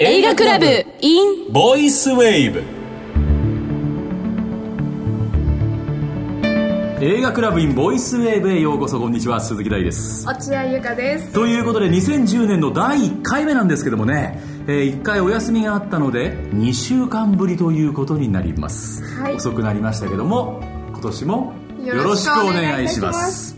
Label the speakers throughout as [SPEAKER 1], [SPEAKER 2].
[SPEAKER 1] 映画クラブ in
[SPEAKER 2] ボイスウェーブ映画クラブインボイスウェーブへようこそこんにちは鈴木大です
[SPEAKER 3] 落合ゆかです
[SPEAKER 2] ということで2010年の第1回目なんですけどもね、え1回お休みがあったので2週間ぶりということになります、
[SPEAKER 3] はい
[SPEAKER 2] 遅くなりましたけども今年もよ
[SPEAKER 3] よ
[SPEAKER 2] ろ
[SPEAKER 3] ろ
[SPEAKER 2] し
[SPEAKER 3] し
[SPEAKER 2] く
[SPEAKER 3] く
[SPEAKER 2] お
[SPEAKER 3] お
[SPEAKER 2] 願
[SPEAKER 3] 願
[SPEAKER 2] い
[SPEAKER 3] い
[SPEAKER 2] し
[SPEAKER 3] し
[SPEAKER 2] ま
[SPEAKER 3] ますす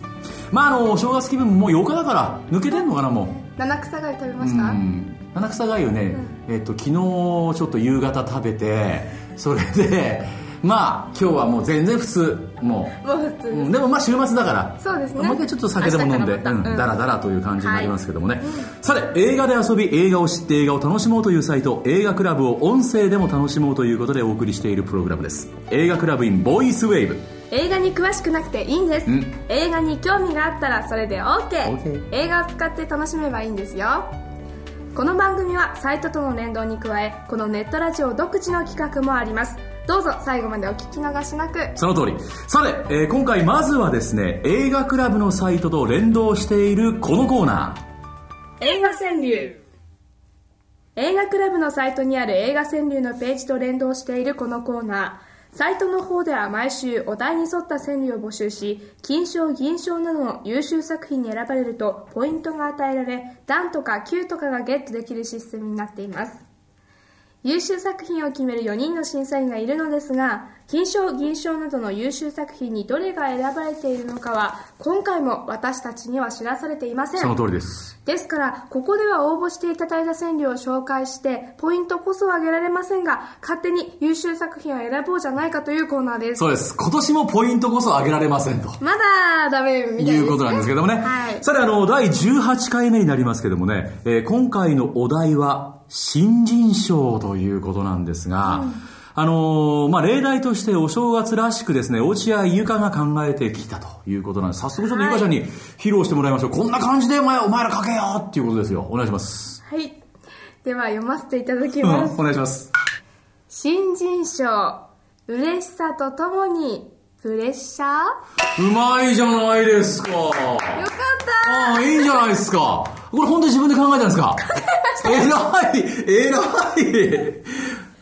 [SPEAKER 2] まああのお正月気分ももう8日だから抜けてんのかなもう
[SPEAKER 3] 七草が食べました
[SPEAKER 2] うん七草がゆね、えっと昨日ちょっと夕方食べてそれでまあ今日はもう全然普通も
[SPEAKER 3] もう普通
[SPEAKER 2] う、
[SPEAKER 3] です
[SPEAKER 2] うんでもまあ週末だから
[SPEAKER 3] そうですね
[SPEAKER 2] もう一回ちょっと酒でも飲んで
[SPEAKER 3] 明日か
[SPEAKER 2] う
[SPEAKER 3] らま
[SPEAKER 2] ん
[SPEAKER 3] たうん
[SPEAKER 2] ダラダラという感じになりますけどもね、さて映画で遊び映画を知って映画を楽しもうというサイト映画クラブを音声でも楽しもうということでお送りしているプログラムです映画クラブインボイスウェーブ
[SPEAKER 3] 映画に詳しくなくていいんです
[SPEAKER 2] うん
[SPEAKER 3] 映画に興味があったらそれで
[SPEAKER 2] OK
[SPEAKER 3] OK 映画を使って楽しめばいいんですよこの番組はサイトとの連動に加えこのネットラジオ独自の企画もありますどうぞ最後までお聞き逃しなく
[SPEAKER 2] その通りさて、えー今回まずはですね映画クラブのサイトと連動しているこのコーナー
[SPEAKER 3] 映画川柳映画クラブのサイトにある映画川柳のページと連動しているこのコーナーサイトの方では毎週お題に沿った川柳を募集し金賞銀賞などの優秀作品に選ばれるとポイントが与えられ段とか9とかがゲットできるシステムになっています優秀作品を決める4人の審査員がいるのですが金賞銀賞などの優秀作品にどれが選ばれているのかは今回も私たちには知らされていません
[SPEAKER 2] その通りです
[SPEAKER 3] ですからここでは応募していただいた川柳を紹介してポイントこそは上げられませんが勝手に優秀作品を選ぼうじゃないかというコーナーです
[SPEAKER 2] そうです今年もポイントこそ上げられませんと
[SPEAKER 3] まだダメみたいです、ね、
[SPEAKER 2] いうことなんですけどもね、
[SPEAKER 3] はい
[SPEAKER 2] さてあの第18回目になりますけどもね、えー今回のお題は新人賞ということなんですが、あのーまあ、例題としてお正月らしくですね落合ゆかが考えてきたということなんです早速ちょっとゆかちゃんに披露してもらいましょう、こんな感じでお前お前ら書けよっていうことですよお願いします、
[SPEAKER 3] はいでは読ませていただき
[SPEAKER 2] うん
[SPEAKER 3] ます
[SPEAKER 2] お願いします
[SPEAKER 3] 新人賞嬉しさとともにプレッシャー
[SPEAKER 2] うまいじゃないですか
[SPEAKER 3] よかっ
[SPEAKER 2] ああ、いいんじゃないですか。これ本当に自分で考えたんですか。えらい、えらい。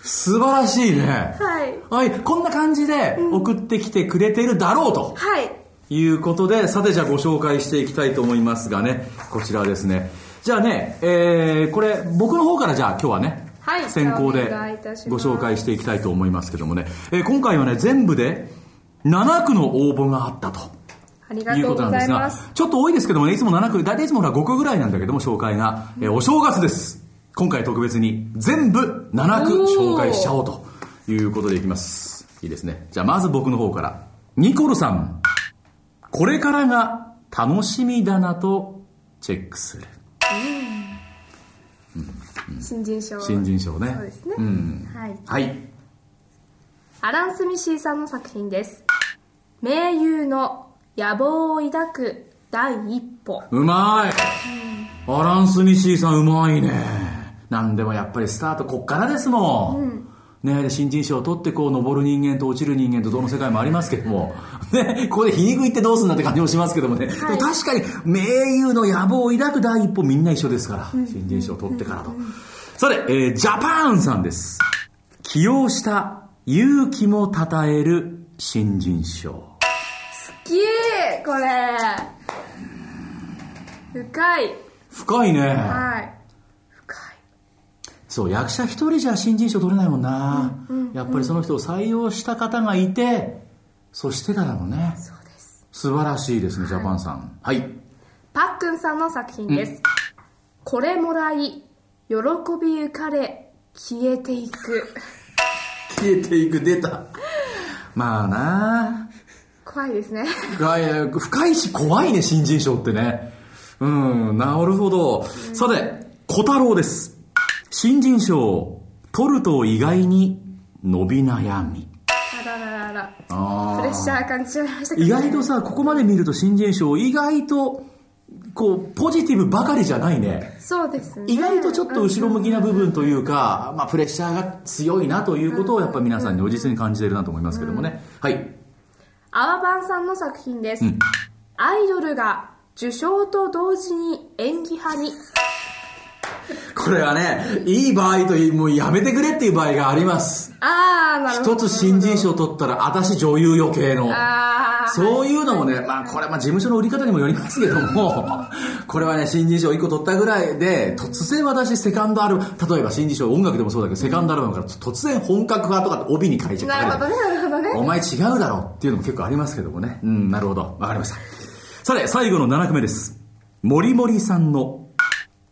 [SPEAKER 2] 素晴らしいね。
[SPEAKER 3] たはい
[SPEAKER 2] はい、こんな感じで送ってきてくれているだろうと
[SPEAKER 3] はい
[SPEAKER 2] いうことで、さてじゃあご紹介していきたいと思いますがね、こちらですね。じゃあね、えー、これ僕の方からじゃあ今日はね、
[SPEAKER 3] はい
[SPEAKER 2] 先行で
[SPEAKER 3] お願いいたし
[SPEAKER 2] ご
[SPEAKER 3] ます
[SPEAKER 2] 紹介していきたいと思いますけどもね、えー今回はね、全部で7区の応募があったと。
[SPEAKER 3] ありが
[SPEAKER 2] いう
[SPEAKER 3] と
[SPEAKER 2] こ
[SPEAKER 3] う
[SPEAKER 2] と
[SPEAKER 3] ご
[SPEAKER 2] なんで
[SPEAKER 3] ざ
[SPEAKER 2] す
[SPEAKER 3] い
[SPEAKER 2] が
[SPEAKER 3] ます、
[SPEAKER 2] ちょっと多いですけどもね、いつも7区、大体いつもほら5区ぐらいなんだけども、紹介が、えーお正月です。今回特別に全部7区
[SPEAKER 3] おー
[SPEAKER 2] 紹介しちゃおうということでいきます。いいですね。じゃあまず僕の方から。ニコルさん、これからが楽しみだなとチェックする。
[SPEAKER 3] 新人賞
[SPEAKER 2] 新人賞ね。
[SPEAKER 3] そうですね
[SPEAKER 2] ん。
[SPEAKER 3] はい
[SPEAKER 2] はい。
[SPEAKER 3] アラン・スミシーさんの作品です名優の野望を抱く第一歩
[SPEAKER 2] うまい、アラン・スミシーさんうまいねなんでもやっぱりスタートこっからですもん、ね、で新人賞を取ってこう上る人間と落ちる人間とどの世界もありますけども、 ね、ここで皮肉言ってどうすんだって感じもしますけどもね、でも確かに名優の野望を抱く第一歩みんな一緒ですから、新人賞を取ってからと、さて、えージャパンさんです起用した勇気もたたえる新人賞
[SPEAKER 3] きーこれ深い
[SPEAKER 2] 深いね、
[SPEAKER 3] はい深い
[SPEAKER 2] そう役者一人じゃ新人賞取れないもんな、やっぱりその人を採用した方がいてそしてからのね
[SPEAKER 3] そうです
[SPEAKER 2] 素晴らしいですねジャパンさんはい、
[SPEAKER 3] パックンさんの作品です、これもらい喜び浮かれ消えていく
[SPEAKER 2] 消えていく出たまあな
[SPEAKER 3] 怖いですね
[SPEAKER 2] 深い深いし怖いね新人賞ってねうんなるほど、さて小太郎です新人賞取ると意外に伸び悩み
[SPEAKER 3] あらららら
[SPEAKER 2] あ
[SPEAKER 3] プレッシャー感じちゃいましたけ
[SPEAKER 2] 意
[SPEAKER 3] ど、ね、
[SPEAKER 2] 外とさここまで見ると新人賞意外とこうポジティブばかりじゃないね
[SPEAKER 3] そうですね
[SPEAKER 2] 意外とちょっと後ろ向きな部分というか、まあ、プレッシャーが強いなということをやっぱ皆さんにお実に感じてるなと思いますけどもね、はい
[SPEAKER 3] アワバンさんの作品です、
[SPEAKER 2] ん
[SPEAKER 3] アイドルが受賞と同時に演技派に
[SPEAKER 2] ここれはね、いい場合といい、もうやめてくれっていう場合があります。
[SPEAKER 3] あー、なるほど。
[SPEAKER 2] 一つ新人賞取ったら、私女優余計の。
[SPEAKER 3] あー。
[SPEAKER 2] そういうのもね、まあこれ、まあ事務所の売り方にもよりますけど も、これはね、新人賞1個取ったぐらいで、突然私、セカンドアルバム、例えば新人賞、音楽でもそうだけど、セカンドアルバムから突然本格派とかって帯に書いちゃった
[SPEAKER 3] なるほどね、なるほどね。
[SPEAKER 2] お前違うだろっていうのも結構ありますけどもね。うん、なるほど。わかりました。さて、最後の7組目です。もりもりさんの、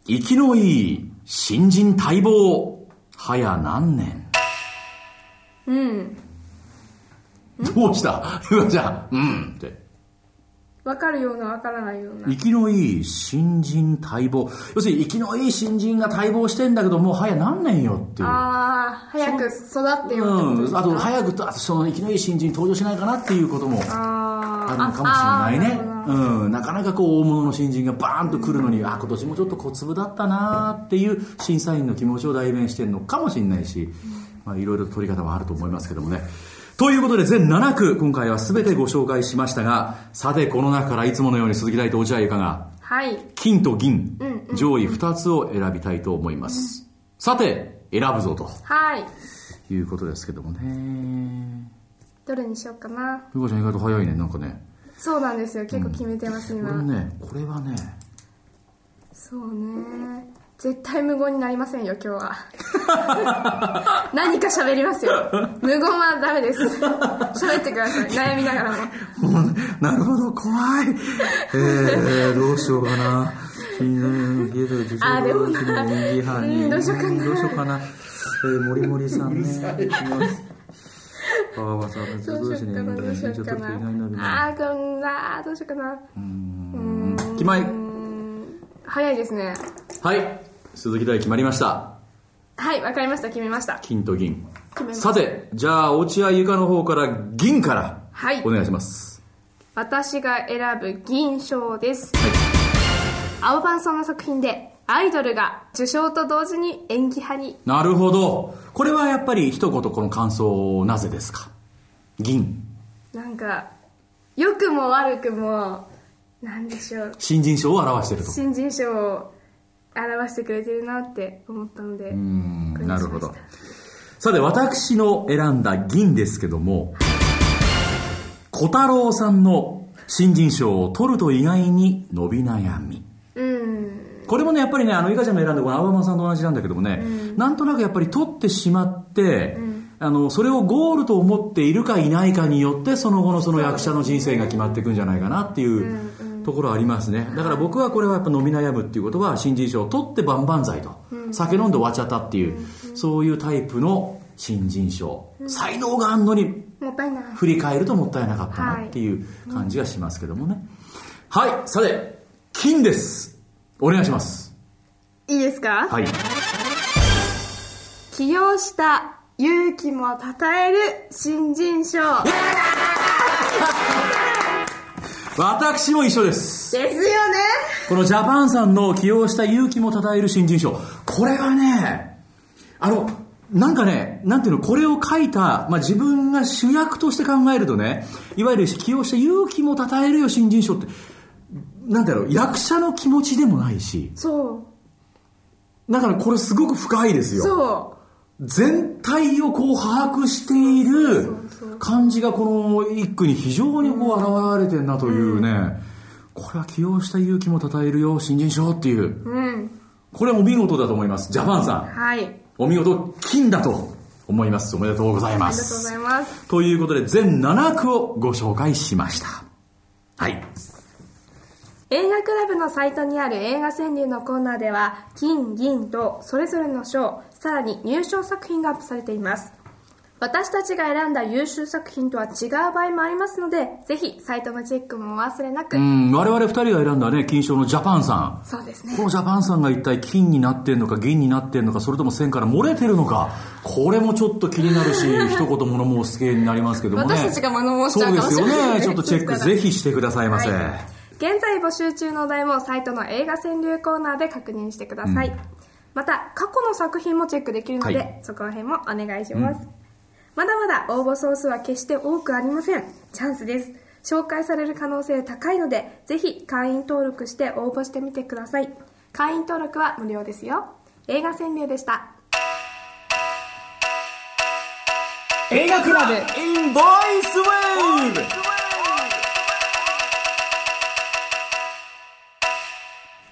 [SPEAKER 2] 生きのいい新人待望。早何年
[SPEAKER 3] うん。
[SPEAKER 2] どうした ふわちゃん、うんって。
[SPEAKER 3] わかるような、わからないような。
[SPEAKER 2] 生きのいい新人待望。要するに生きのいい新人が待望してんだけど、もう早何年よっていう。
[SPEAKER 3] あー、早く育ってよってこと
[SPEAKER 2] う
[SPEAKER 3] です
[SPEAKER 2] ん。
[SPEAKER 3] か
[SPEAKER 2] あと、早くと、あとその生きのいい新人登場しないかなっていうことも。あ
[SPEAKER 3] あ
[SPEAKER 2] る
[SPEAKER 3] ー
[SPEAKER 2] のかもしれないね
[SPEAKER 3] あーるほど
[SPEAKER 2] うん、なかなかこう大物の新人がバーンと来るのにあ今年もちょっと小粒だったなーっていう審査員の気持ちを代弁してるのかもしれないし、まあ、いろいろと取り方はあると思いますけどもねということで全7区今回は全てご紹介しましたがさてこの中からいつものように鈴木大と落合ゆかが
[SPEAKER 3] はい。
[SPEAKER 2] 金と銀
[SPEAKER 3] うんうん
[SPEAKER 2] 上位2つを選びたいと思います、さて選ぶぞと
[SPEAKER 3] はい。
[SPEAKER 2] いうことですけどもね
[SPEAKER 3] どれにしようかな。
[SPEAKER 2] ゆかちゃん意外と早いねなんかね
[SPEAKER 3] そうなんですよ。結構決めてます、
[SPEAKER 2] こ
[SPEAKER 3] 今
[SPEAKER 2] れ。ねこれはね
[SPEAKER 3] そうね絶対無言になりませんよ今日は 何か喋りますよ無言はダメ です喋ってください悩みながらも
[SPEAKER 2] うん なるほど、怖い。えー、どうしようかな。気になる家で受賞
[SPEAKER 3] あでもな
[SPEAKER 2] の演技班
[SPEAKER 3] う
[SPEAKER 2] に。
[SPEAKER 3] んどうしようかな
[SPEAKER 2] どうしようかな。えー、森森さんね。行きますパワーバさん、女
[SPEAKER 3] どう
[SPEAKER 2] 同
[SPEAKER 3] し
[SPEAKER 2] 士
[SPEAKER 3] よう
[SPEAKER 2] に
[SPEAKER 3] かなどうしよ
[SPEAKER 2] ちょ
[SPEAKER 3] う
[SPEAKER 2] っと
[SPEAKER 3] か
[SPEAKER 2] いないんだけど
[SPEAKER 3] なあーこんなあーどうしようかなうーん
[SPEAKER 2] 決まり
[SPEAKER 3] うーん早いですね
[SPEAKER 2] はい。鈴木大決まりました。
[SPEAKER 3] はいわかりました決めました
[SPEAKER 2] 金と銀
[SPEAKER 3] 決め。ました
[SPEAKER 2] さて、じゃあ、落合ゆかの方から銀から。
[SPEAKER 3] はい
[SPEAKER 2] お願いします。
[SPEAKER 3] 私が選ぶ銀賞です、青パンさんの作品でアイドルが受賞と同時に演技派に
[SPEAKER 2] なるほど。これはやっぱり一言この感想をなぜですか銀。
[SPEAKER 3] なんか良くも悪くもなんでしょう
[SPEAKER 2] 新人賞を表していると。
[SPEAKER 3] 新人賞を表してくれてるなって思ったので
[SPEAKER 2] うん
[SPEAKER 3] これにしま
[SPEAKER 2] な
[SPEAKER 3] した
[SPEAKER 2] るほどさて私の選んだ銀ですけども小太郎さんの新人賞を取ると意外に伸び悩み
[SPEAKER 3] うん
[SPEAKER 2] これもねやっぱりねあのイカちゃんの選んだこのアバマンさんと同じなんだけどもね、なんとなくやっぱり取ってしまって、あのそれをゴールと思っているかいないかによってその後のその役者の人生が決まっていくんじゃないかなっていうところはありますねだから僕はこれはやっぱ飲み悩むっていうことは新人賞を取って万々歳と、酒飲んで終わっちゃったっていう、そういうタイプの新人賞、才能があんのに
[SPEAKER 3] もったいない
[SPEAKER 2] 振り返るともったいなかったなっていう感じがしますけどもねはい、さて金ですお願いします
[SPEAKER 3] いいですか、
[SPEAKER 2] はい
[SPEAKER 3] 起用した勇気も称える新人賞
[SPEAKER 2] 私も一緒です
[SPEAKER 3] ですよね
[SPEAKER 2] このジャパンさんの起用した勇気も称える新人賞これはねあのなんかね、なんていうの、これを書いた、まあ、自分が主役として考えるとね、いわゆる起用した勇気も称えるよ、新人賞って、なんだろう、役者の気持ちでもないし、
[SPEAKER 3] そ
[SPEAKER 2] だからこれすごく深いです
[SPEAKER 3] う
[SPEAKER 2] よ。
[SPEAKER 3] そ
[SPEAKER 2] 全体をこう把握している感じがこの一句に非常にこう現れてんなというね、これは起用した勇気も称えるよ、新人賞っていう。
[SPEAKER 3] ううん
[SPEAKER 2] これはお見事だと思います。ジャパンさん、
[SPEAKER 3] はいあり
[SPEAKER 2] お見事、金だと思います。おめでとうございま
[SPEAKER 3] がとうござ
[SPEAKER 2] す。
[SPEAKER 3] います
[SPEAKER 2] ということで、全7句をご紹介しました。はい。
[SPEAKER 3] 映画クラブのサイトにある映画川柳のコーナーでは金銀とそれぞれの賞さらに入賞作品がアップされています私たちが選んだ優秀作品とは違う場合もありますのでぜひサイトのチェックもお忘れなく、
[SPEAKER 2] うん、我々2人が選んだね、金賞のジャパンさん。
[SPEAKER 3] そうですね
[SPEAKER 2] このジャパンさんが一体金になってんのか銀になってんのかそれとも線から漏れてるのかこれもちょっと気になる し一言物申す系になりますけどもね
[SPEAKER 3] 私たちが物申しちゃうかもしれ
[SPEAKER 2] そう
[SPEAKER 3] ない
[SPEAKER 2] ですよねちょっとチェックぜひしてくださいませ、
[SPEAKER 3] はい現在募集中のお題もサイトの映画川柳コーナーで確認してください、また過去の作品もチェックできるので、
[SPEAKER 2] はい
[SPEAKER 3] そこら辺もお願いします、まだまだ応募総数は決して多くありませんチャンスです紹介される可能性高いのでぜひ会員登録して応募してみてください会員登録は無料ですよ映画川柳でした
[SPEAKER 2] 映画クラブ in ボイスウェーブ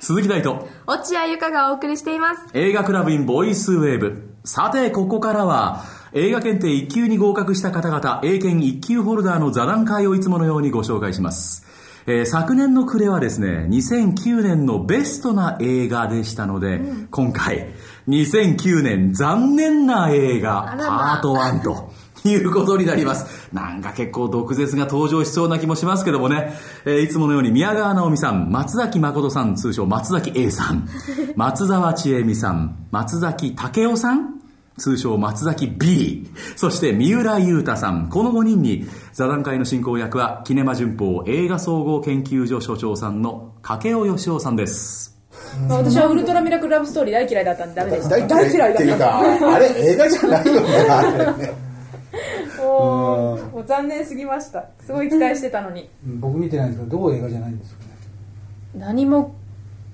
[SPEAKER 2] 鈴木大と
[SPEAKER 3] 落合ゆかがお送りしています
[SPEAKER 2] 映画クラブ in ボイスウェーブさてここからは映画検定1級に合格した方々 A 検1級ホルダーの座談会をいつものようにご紹介します、えー昨年の暮れはですね2009年のベストな映画でしたので、今回2009年残念な映画
[SPEAKER 3] あらま
[SPEAKER 2] パー
[SPEAKER 3] あ
[SPEAKER 2] ト1ということになります。なんか結構毒舌が登場しそうな気もしますけどもね、えーいつものように宮川直美さん、松崎誠さん、通称松崎 A さ ん、松沢千恵美さん、松崎武夫さん、通称松崎 B、そして三浦優太さん、この5人に座談会の進行役は、キネマ旬報映画総合研究所所長さんの掛尾義雄さんです。
[SPEAKER 4] まあ私はウルトラミラクルラブストーリー大嫌いだったんでダメでした。
[SPEAKER 5] 大嫌いっていうか、あれ映画じゃないよね、あれね。
[SPEAKER 4] おーもう残念すぎました。すごい期待してたのに。
[SPEAKER 6] 僕見てないんですけどどう映画じゃないんですかね
[SPEAKER 4] 何も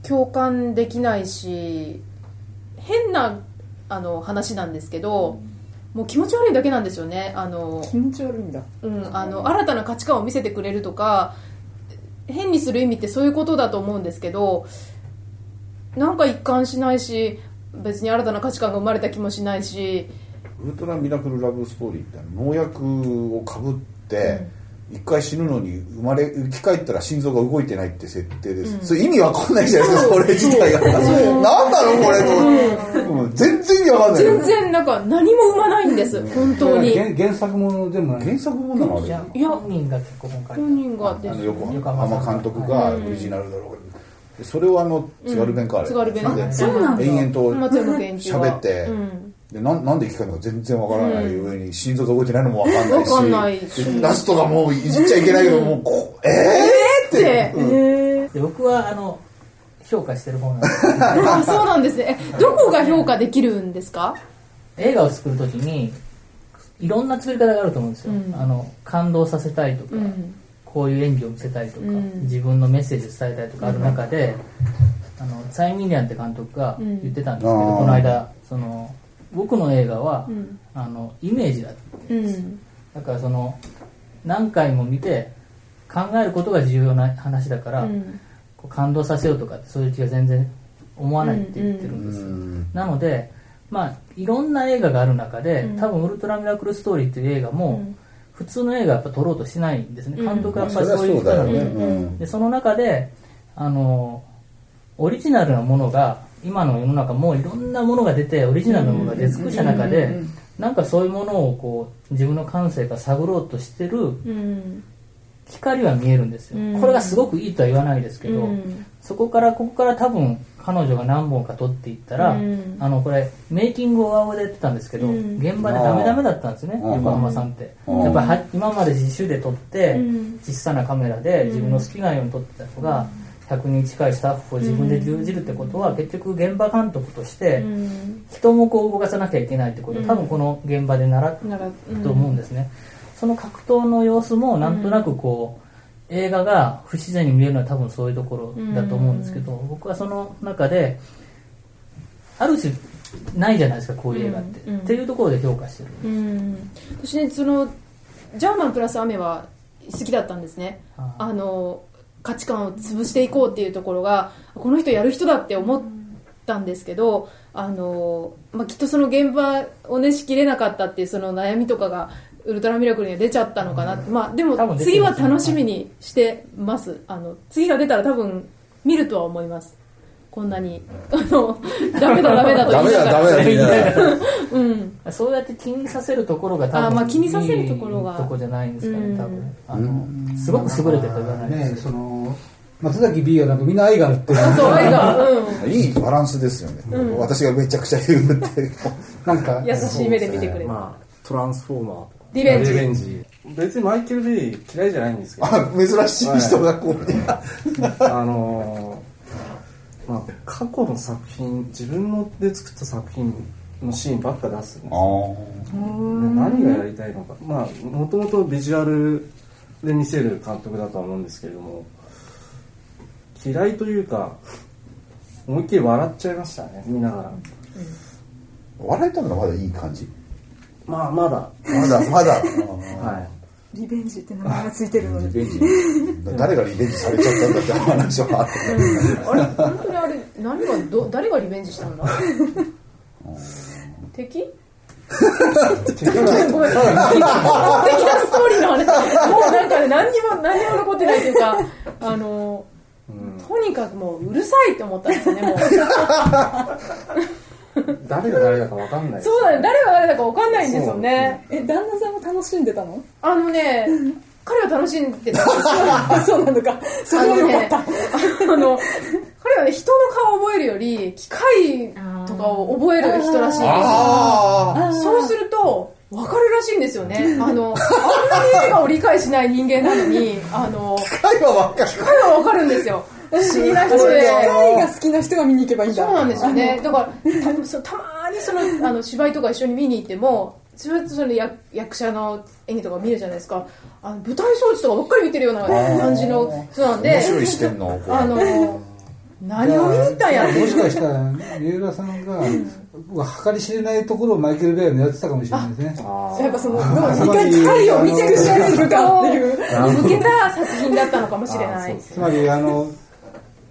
[SPEAKER 4] 共感できないし、変なあの話なんですけど、もう気持ち悪いだけなんですよね。あの
[SPEAKER 7] 気持ち悪いんだ
[SPEAKER 4] うん、あの新たな価値観を見せてくれるとか変にする意味ってそういうことだと思うんですけどなんか一貫しないし別に新たな価値観が生まれた気もしないし
[SPEAKER 5] ウルトラミラクルラブストーリーって農薬をかぶって、一回死ぬのに生まれ生き返ったら心臓が動いてないって設定です、それ意味わかんないじゃないですかそれ自体が何なのこれと、うん全然意味わかんない
[SPEAKER 4] 全然なんか何も生まないんです本当に
[SPEAKER 6] 原原作ものでもない
[SPEAKER 5] 原作もなのあれ
[SPEAKER 7] いや本人が結構本書いた
[SPEAKER 4] 本人がで
[SPEAKER 5] あ
[SPEAKER 4] す
[SPEAKER 5] の横
[SPEAKER 7] 横浜さん
[SPEAKER 5] 浜監督がオリジナルだろう、でそれをあの津軽弁かあれ、
[SPEAKER 4] 津軽弁
[SPEAKER 5] で
[SPEAKER 4] そうなんだ
[SPEAKER 5] 延々と
[SPEAKER 4] 松山研究は
[SPEAKER 5] 喋って、
[SPEAKER 4] うん
[SPEAKER 5] でなんなんで生き返るのか全然わからない上に心臓が動いてないのもわかんないし
[SPEAKER 4] わかんないし
[SPEAKER 5] でラストがもういじっちゃいけないけどもうこうえー、
[SPEAKER 4] で
[SPEAKER 5] って、うん
[SPEAKER 7] で僕はあの評価してる方なん ですけど
[SPEAKER 4] あそうなんですねえどこが評価できるんですか
[SPEAKER 7] 映画を作る時にいろんな作り方があると思うんですよ、
[SPEAKER 4] うん
[SPEAKER 7] あの感動させたいとか、
[SPEAKER 4] うん
[SPEAKER 7] こういう演技を見せたいとか、
[SPEAKER 4] うん
[SPEAKER 7] 自分のメッセージを伝えたいとかある中で、あのサイ・ミリアンって監督が言ってたんですけど、
[SPEAKER 5] うん
[SPEAKER 7] この間その僕の映画は、
[SPEAKER 4] うん
[SPEAKER 7] あのイメージだ
[SPEAKER 4] うん
[SPEAKER 7] だからその何回も見て考えることが重要な話だから、
[SPEAKER 4] うん
[SPEAKER 7] こう感動させようとかってそういう気が全然思わないって言ってるんですよ、なのでまあいろんな映画がある中で、
[SPEAKER 4] うん
[SPEAKER 7] 多分「ウルトラミラクルストーリー」っていう映画も、
[SPEAKER 4] ん
[SPEAKER 7] 普通の映画はやっぱ撮ろうとしないんですね、
[SPEAKER 4] うん
[SPEAKER 7] 監督
[SPEAKER 5] ま
[SPEAKER 7] は
[SPEAKER 5] あ
[SPEAKER 7] やっ
[SPEAKER 5] そ
[SPEAKER 7] ぱ
[SPEAKER 5] りゃ
[SPEAKER 7] りそうい
[SPEAKER 5] そうう
[SPEAKER 7] 人
[SPEAKER 5] だ
[SPEAKER 7] な
[SPEAKER 5] よ
[SPEAKER 7] の
[SPEAKER 5] ね、
[SPEAKER 7] で,、
[SPEAKER 5] うん
[SPEAKER 7] でその中であのオリジナルなものが今の世の中もういろんなものが出てオリジナルなものが出尽くした中で、なんかそういうものをこう自分の感性が探ろうとしてる
[SPEAKER 4] うん
[SPEAKER 7] 光は見えるんですよ、
[SPEAKER 4] うん
[SPEAKER 7] これがすごくいいとは言わないですけど、
[SPEAKER 4] うん
[SPEAKER 7] そこからここから多分彼女が何本か撮っていったら、
[SPEAKER 4] うん
[SPEAKER 7] あのこれメイキングを青でやってたんですけど、
[SPEAKER 4] うん
[SPEAKER 7] 現場でダメダメだったんですね
[SPEAKER 5] あー
[SPEAKER 7] 横浜さんって、
[SPEAKER 5] うん
[SPEAKER 7] やっぱりは今まで自主で撮って、
[SPEAKER 4] うん
[SPEAKER 7] 小さなカメラで自分の好きなように撮ってた子が、100人近いスタッフを自分で牛耳るってことは、結局現場監督として、
[SPEAKER 4] うん
[SPEAKER 7] 人もこう動かさなきゃいけないってことを多分この現場で習っ
[SPEAKER 4] ならうん
[SPEAKER 7] と思うんですね、その格闘の様子もなんとなくこう、映画が不自然に見えるのは多分そういうところだと思うんですけど、僕はその中である種ないじゃないですかこういう映画って、
[SPEAKER 4] うんうん
[SPEAKER 7] っていうところで評価してる
[SPEAKER 4] うん私ねそのジャーマンプラス雨は好きだったんですね
[SPEAKER 7] あ
[SPEAKER 4] あの価値観を潰していこうっていうところがこの人やる人だって思ったんですけどあの、まあ、きっとその現場をねしきれなかったっていうその悩みとかがウルトラミラクルには出ちゃったのかな、まあ、で
[SPEAKER 7] 多
[SPEAKER 4] も
[SPEAKER 7] 分出て
[SPEAKER 4] 次は
[SPEAKER 7] ますね
[SPEAKER 4] 楽しみにしてますあの次が出たら多分見るとは思いますこんなにあのダメだダメだと
[SPEAKER 5] ダ
[SPEAKER 4] 言
[SPEAKER 5] メ
[SPEAKER 4] いな
[SPEAKER 5] だ
[SPEAKER 4] がら
[SPEAKER 5] ダメだみたいな
[SPEAKER 4] うん
[SPEAKER 7] そうやって気にさせるところが多
[SPEAKER 4] あー
[SPEAKER 7] 分
[SPEAKER 4] まあ気にさせるところが
[SPEAKER 7] いいとこじゃないんですか
[SPEAKER 4] うん
[SPEAKER 7] ね多分あのすごく優れてると言わないです
[SPEAKER 6] ねその松崎 B はなんかみんな愛があるっていう
[SPEAKER 4] そう、絵が、うん。
[SPEAKER 5] いいバランスですよね、私がめちゃくちゃ言うって いう
[SPEAKER 6] なんか
[SPEAKER 4] 優しい目で見てくれる。
[SPEAKER 8] まあ、トランスフォーマーとか
[SPEAKER 4] リベンジ
[SPEAKER 8] ジ別にマイケル・ベイ嫌いじゃないんですけど
[SPEAKER 5] あ珍しい人がこうね、
[SPEAKER 8] あのーまあ、過去の作品自分ので作った作品のシーンばっか出すんですよで何がやりたいのかまあもともとビジュアルで見せる監督だとは思うんですけれども嫌いというか思いっきり笑っちゃいましたね見ながら
[SPEAKER 5] 笑えたのがまだいい感じ
[SPEAKER 8] まあまだ
[SPEAKER 5] まだまだ
[SPEAKER 8] はい
[SPEAKER 9] リベンジって名前がついてるの
[SPEAKER 5] リ
[SPEAKER 9] で
[SPEAKER 5] ベンジ誰がリベンジされちゃったんだって話はあって
[SPEAKER 4] あ れ本当にあれ何がど誰がリベンジしたんだ敵敵ごめん敵のストーリーの話もうなんかね何にも何にも残ってないというかあのとにかくもううるさいと思ったんですよねもう
[SPEAKER 8] 誰が誰だかわかんない
[SPEAKER 4] そうだね誰が誰だか分かんないんですよね
[SPEAKER 9] え旦那さんも楽しんでたの
[SPEAKER 4] あのね彼は楽しんでたんですよ
[SPEAKER 9] あそうなのかそ
[SPEAKER 4] あ
[SPEAKER 9] れ
[SPEAKER 4] の
[SPEAKER 9] はよか
[SPEAKER 4] ね
[SPEAKER 9] った、
[SPEAKER 4] あの彼はね人の顔を覚えるより機械とかを覚える人らしいんですよそうすると分かるらしいんですよねあのあんなに映画を理解しない人間なのにあの
[SPEAKER 5] 会話ばっかり
[SPEAKER 4] 機械は分かるんですよ不思議な人で
[SPEAKER 9] 愛が好きな人が見に行けばいいんだ
[SPEAKER 4] そうなんですよねだからたそうたまにそのあの芝居とか一緒に見に行ってもそれその役役者の演技とか見るじゃないですかあの舞台装置とかばっかり見てるような感じの人なんで
[SPEAKER 5] 面白い視点のこう
[SPEAKER 4] あの、何を見に行ったんやっ
[SPEAKER 6] も
[SPEAKER 4] ていう
[SPEAKER 6] しかしたら三浦さんが僕は計り知れないところをマイケル・ベイを狙ってたかもしれないですね
[SPEAKER 9] やっぱその一回機械を見てくしかするかっていう
[SPEAKER 4] 向けた作品だったのかもしれない。
[SPEAKER 6] つまりあの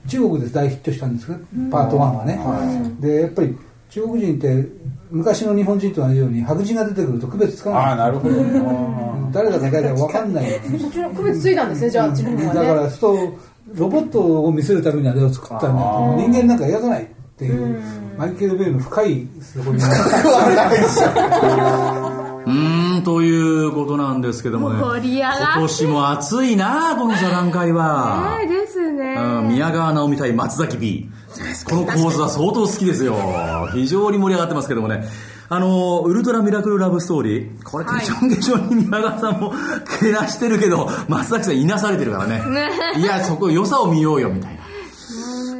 [SPEAKER 6] 中国で大ヒットしたんですけどパート1はね、でやっぱり中国人って昔の日本人と同じように白人が出てくると区別つか
[SPEAKER 5] ああ
[SPEAKER 6] ない
[SPEAKER 5] なるほどね
[SPEAKER 6] 誰だか誰だか分かんない
[SPEAKER 4] そっちの区別ついたんですね、じゃあ、自分
[SPEAKER 6] だ
[SPEAKER 4] は
[SPEAKER 6] か
[SPEAKER 4] ね。
[SPEAKER 6] らそうするとロボットを見せるためにあれを作ったんだと人間なんか描かないっていうマイケル・ベイの深いそこに
[SPEAKER 2] うーん、ということなんですけどもね。
[SPEAKER 1] 盛り上がって
[SPEAKER 2] 今年も暑いな、この座談会は。
[SPEAKER 3] はいですね
[SPEAKER 2] うん宮川直美対松崎 B この構図は相当好きですよ非常に盛り上がってますけどもねあのウルトラミラクルラブストーリーこれケチョンケチョンに宮川さんも けなしてるけど松崎さんいなされてるから ねいやそこ良さを見ようよみたいな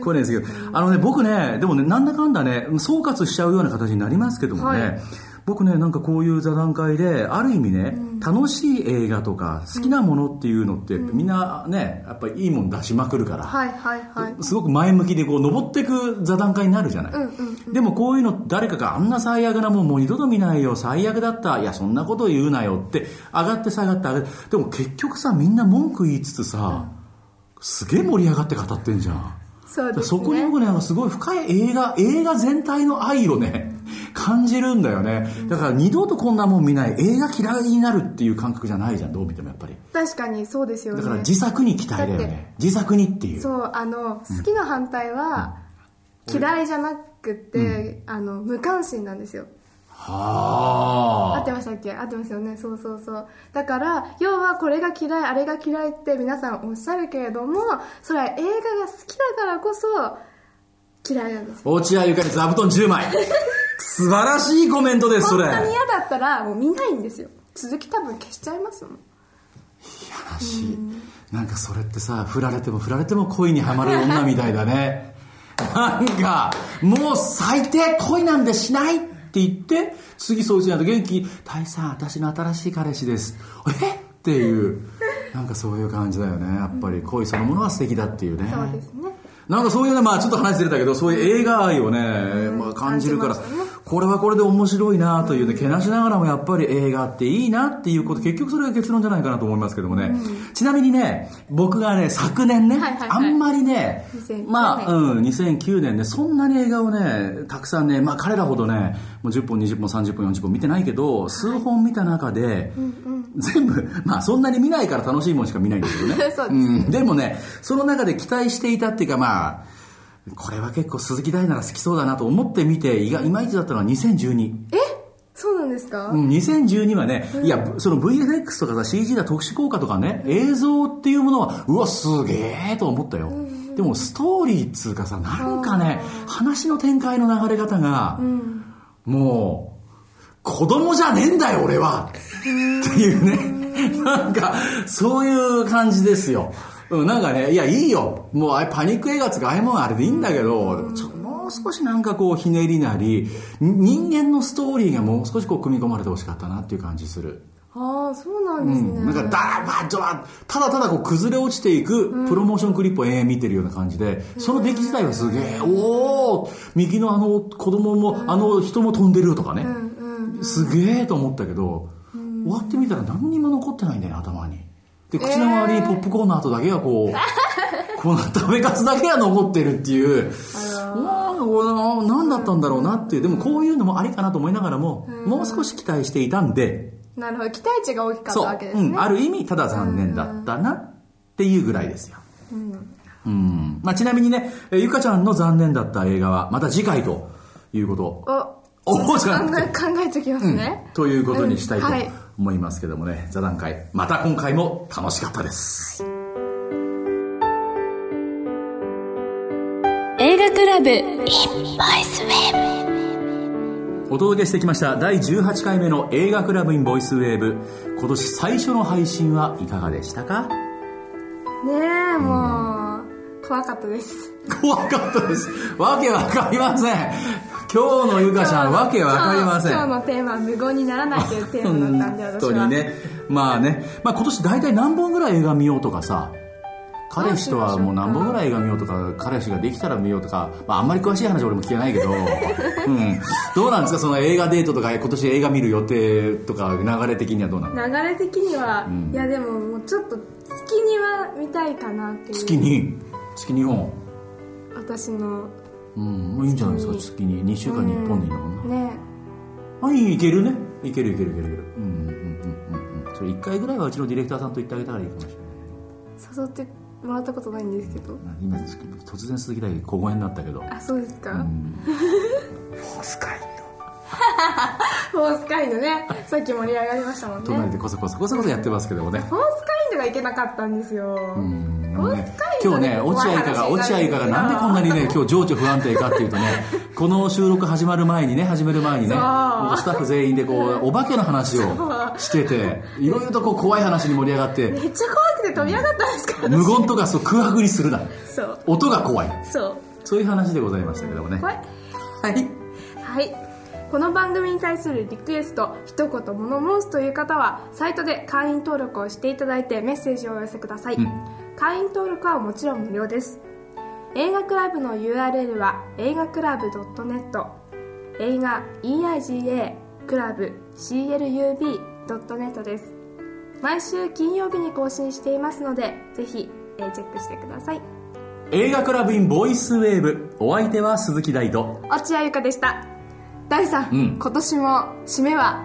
[SPEAKER 2] これなんですけどあのね僕ねでもねなんだかんだね総括しちゃうような形になりますけどもね、僕ねなんかこういう座談会である意味ね、楽しい映画とか好きなものっていうのって、みんなねやっぱりいいもん出しまくるから、
[SPEAKER 3] はいはいはい
[SPEAKER 2] すごく前向きでこう登っていく座談会になるじゃない、でもこういうの誰かがあんな最悪なもんもう二度と見ないよ最悪だったいやそんなこと言うなよって上がって下がって上がってでも結局さみんな文句言いつつさ、すげえ盛り上がって語ってんじゃん
[SPEAKER 3] そうですね
[SPEAKER 2] そこに僕ね、あのすごい深い映画、映画全体の愛をね、 感じるんだよね。だから二度とこんなもん見ない、映画嫌いになるっていう感覚じゃないじゃん、どう見てもやっぱり。
[SPEAKER 3] 確かにそうですよ
[SPEAKER 2] だ
[SPEAKER 3] ね
[SPEAKER 2] から自作に期待だよ
[SPEAKER 3] だっ
[SPEAKER 2] ね。自作にっていう。
[SPEAKER 3] そうあの好きの反対は嫌いじゃなくて、あの無関心なんですよ合っ
[SPEAKER 2] は
[SPEAKER 3] てましたっけ合ってますよねそうそうそうだから要はこれが嫌いあれが嫌いって皆さんおっしゃるけれどもそれは映画が好きだからこそ嫌いなんですよ
[SPEAKER 2] あ。落合ゆかり座布団10枚。 素晴らしいコメントです、そ
[SPEAKER 3] 本
[SPEAKER 2] れ。
[SPEAKER 3] 当に嫌だったらもう見ないんですよ続き多分消しちゃいますもん
[SPEAKER 2] 話なんかそれってさ振られても振られても恋にはまる女みたいだね なんかもう最低恋なんてしないって言って次そういう人に会うと元気「大さん私の新しい彼氏です」えっていうなんかそういう感じだよねやっぱり恋そのものは素敵だっていうね
[SPEAKER 3] そうですね
[SPEAKER 2] なんかそういうね、まあちょっと話ずれたけど、そういう映画愛をね、まあ感じるから、これはこれで面白いなというね、けなしながらもやっぱり映画っていいなっていうこと、結局それが結論じゃないかなと思いますけどもね。ちなみにね、僕がね、昨年ね、
[SPEAKER 3] はいはいはい
[SPEAKER 2] あんまりね
[SPEAKER 3] 2009、年
[SPEAKER 2] まあ、うん、2009年ね、そんなに映画をね、たくさんね、まあ彼らほどね、もう10本、20本、30本、40本見てないけど、数本見た中で、全部、まあそんなに見ないから楽しいもんしか見ないんですよね。
[SPEAKER 3] そうです
[SPEAKER 2] うん、でもね、その中で期待していたっていうか、まあ、これは結構鈴木大なら好きそうだなと思ってみて、いがいまいちだったのは2012。
[SPEAKER 3] そうなんですか、
[SPEAKER 2] うん、2012はね、いや、その VFX とかさ、CG だ特殊効果とかね、映像っていうものは、うわ、すげえと思ったよ。でも、ストーリーっつうかさ、なんかね、話の展開の流れ方が、もう、子供じゃねえんだよ、俺はっていうね、なんか、そういう感じですよ。うん、なんかね、いや、いいよ。もう、あれパニック映画っつうか、ああいうもんあれでいいんだけど、ちょもう少しなんかこう、ひねりなり、に人間のストーリーがもう少しこう、組み込まれてほしかったなっていう感じする。
[SPEAKER 3] ああそうなん
[SPEAKER 2] う
[SPEAKER 3] ですね、
[SPEAKER 2] ん、なんかダラバジョバただただこう崩れ落ちていくプロモーションクリップを延々見てるような感じで、その出来自体はすげえ、おお右のあの子供も、あの人も飛んでるよとかね、すげえと思ったけど、終わってみたら何にも残ってないんだよね頭にで口の周りにポップコーンの後だけがこう、この食べかすだけが残ってるっていう、あー何だったんだろうなっていうでもこういうのもありかなと思いながらも、もう少し期待していたんで
[SPEAKER 3] なるほど期待値が大きかったわけです
[SPEAKER 2] そう、う
[SPEAKER 3] ね、
[SPEAKER 2] ん、ある意味ただ残念だったなっていうぐらいですよ、うんまあ、ちなみにねえーゆかちゃんの残念だった映画はまた次回ということ
[SPEAKER 3] お
[SPEAKER 2] おじ
[SPEAKER 3] 考
[SPEAKER 2] ゃな
[SPEAKER 3] え
[SPEAKER 2] くて
[SPEAKER 3] 考えときますね、
[SPEAKER 2] ということにしたいと
[SPEAKER 3] うんはい
[SPEAKER 2] 思いますけどもね、座談会また今回も楽しかったです
[SPEAKER 1] 映画クラブ
[SPEAKER 2] お届けしてきました第18回目の映画クラブインボイスウェーブ今年最初の配信はいかがでしたか
[SPEAKER 3] ねえもう怖かったです
[SPEAKER 2] 怖かったですわけわかりません今日のゆかちゃんわけわかりません
[SPEAKER 3] 今日の今日のテーマは無言にならないというテーマだったんで
[SPEAKER 2] 本
[SPEAKER 3] 私
[SPEAKER 2] 当
[SPEAKER 3] は
[SPEAKER 2] にねまあね、まあ、今年大体何本ぐらい映画見ようとかさ彼氏とはもう何本ぐらい映画見ようとか彼氏ができたら見ようとか、まあ、あんまり詳しい話俺も聞けないけ ど、うん、どうなんですかその映画デートとか今年映画見る予定とか流れ的にはどうなの
[SPEAKER 3] 流れ的には、いやでももうちょっと月には見たいかなっていう
[SPEAKER 2] 月に月2本
[SPEAKER 3] 私の
[SPEAKER 2] うんもういいんじゃないですか月に2週間に1本でいいのかな、
[SPEAKER 3] ね
[SPEAKER 2] あいいいけるねいけるいけるいけるいけるうんうんうんうんうんそれ1回ぐらいはうちのディレクターさんと言ってあげたらいいかもしれない
[SPEAKER 3] 誘ってもらったことないんですけど
[SPEAKER 2] 今突然鈴木大輝小声になったけど
[SPEAKER 3] あそうですか、フォースカインドフォースカインドねさっき盛り上がりましたもんね
[SPEAKER 2] 隣でこそこそこそこそやってますけどもね
[SPEAKER 3] フォースカインドがいけなかったんですよ、
[SPEAKER 2] うん
[SPEAKER 3] フォースカイン
[SPEAKER 2] 今
[SPEAKER 3] ド
[SPEAKER 2] 日ね落合いかが落合いかがなんでこんなにね今日情緒不安定かっていうと ねこの収録始まる前にね始める前にね
[SPEAKER 3] そう
[SPEAKER 2] もうスタッフ全員でこうお化けの話をしてていろいろとこう怖い話に盛り上がって
[SPEAKER 3] めっちゃ怖くて飛び上がったんですから
[SPEAKER 2] 無言とかそう空白にするな
[SPEAKER 3] そう
[SPEAKER 2] 音が怖い
[SPEAKER 3] そう
[SPEAKER 2] そういう話でございましたけどもね
[SPEAKER 3] 怖い
[SPEAKER 2] はい
[SPEAKER 3] はいこの番組に対するリクエスト一言物申すという方はサイトで会員登録をしていただいてメッセージをお寄せください、会員登録はもちろん無料です映画クラブの URL は映画クラブ .net 映画 EIGA クラブ CLUB.net です毎週金曜日に更新していますのでぜひえーチェックしてください
[SPEAKER 2] 映画クラブインボイスウェーブお相手は鈴木大と
[SPEAKER 3] 落合ゆかでした大さん、
[SPEAKER 2] うん
[SPEAKER 3] 今年も締めは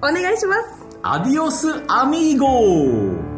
[SPEAKER 3] お願いします
[SPEAKER 2] アディオスアミーゴ